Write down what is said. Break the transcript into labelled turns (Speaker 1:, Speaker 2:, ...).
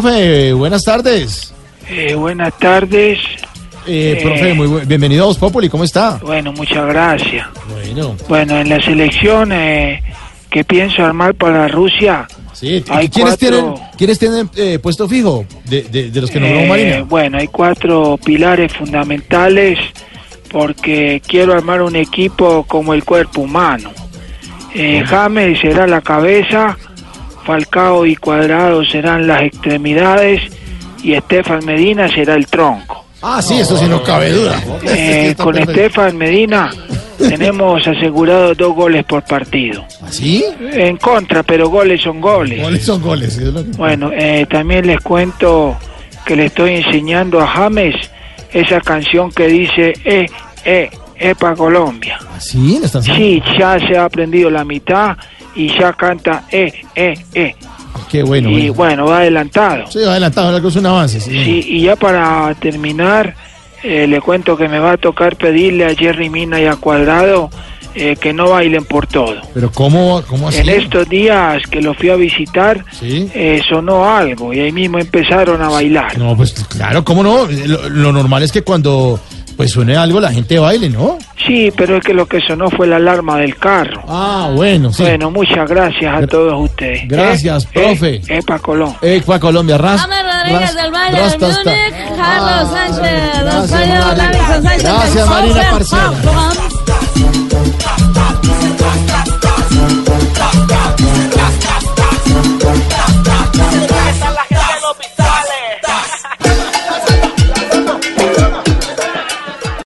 Speaker 1: Profe, buenas tardes.
Speaker 2: Eh, buenas tardes.
Speaker 1: Eh,
Speaker 2: Eh.
Speaker 1: Profe, muy bu- bienvenido a Voz Populi, ¿cómo está?
Speaker 2: Bueno, muchas gracias.
Speaker 1: Bueno,
Speaker 2: Bueno, en la selección eh, que pienso armar para Rusia,
Speaker 1: sí. t-
Speaker 2: Hay
Speaker 1: ¿Quiénes
Speaker 2: cuatro-
Speaker 1: tienen, ¿quiénes tienen eh, puesto fijo de, de- de los que nombró
Speaker 2: eh,
Speaker 1: Marina?
Speaker 2: bueno, hay cuatro pilares fundamentales porque quiero armar un equipo como el cuerpo humano. Eh, James será la cabeza, Falcao y Cuadrado serán las extremidades y Estefan Medina será el tronco.
Speaker 1: Ah, sí, eso sí, no cabe duda. Este sí
Speaker 2: Eh,
Speaker 1: está
Speaker 2: con
Speaker 1: perfecto.
Speaker 2: Estefan Medina tenemos asegurado dos goles por partido.
Speaker 1: ¿Ah, ¿Sí?
Speaker 2: En contra, pero goles son goles.
Speaker 1: Goles son goles. es lo que-
Speaker 2: Bueno, eh, también les cuento que le estoy enseñando a James esa canción que dice Eh, eh, eh pa' Colombia.
Speaker 1: ¿Ah, sí? ¿Le están
Speaker 2: Sí, ya se ha aprendido la mitad y ya canta Eh, eh, eh.
Speaker 1: Qué bueno.
Speaker 2: Y
Speaker 1: bueno.
Speaker 2: bueno, va adelantado.
Speaker 1: Sí, adelantado, ahora que es un avance. Sí.
Speaker 2: Sí, y ya para terminar, eh, le cuento que me va a tocar pedirle a Jerry Mina y a Cuadrado eh, que no bailen por todo.
Speaker 1: Pero ¿cómo, cómo así?
Speaker 2: En estos días que lo fui a visitar,
Speaker 1: ¿Oh, Sí.
Speaker 2: eh, sonó algo y ahí mismo empezaron a bailar.
Speaker 1: No, pues claro, ¿cómo no? Lo, lo normal es que cuando pues suene algo la gente baile, ¿no?
Speaker 2: Sí, pero es que lo que sonó fue la alarma del carro.
Speaker 1: Ah, bueno, sí.
Speaker 2: Bueno, muchas gracias a
Speaker 1: Gra-
Speaker 2: todos ustedes.
Speaker 1: gracias,
Speaker 2: Eh,
Speaker 1: profe.
Speaker 2: eh, Epa Colón.
Speaker 1: Epa Colombia, Ras.
Speaker 3: James Rodríguez
Speaker 1: Ras-
Speaker 3: del Valle del
Speaker 1: Rastasta.
Speaker 3: Múnich, Carlos Sánchez,
Speaker 1: gracias,
Speaker 3: Rosario
Speaker 1: Marina.
Speaker 3: Davidson Sánchez,
Speaker 1: Gracias,
Speaker 3: del
Speaker 1: Marina
Speaker 3: Southern
Speaker 1: Parcera.
Speaker 3: Southern.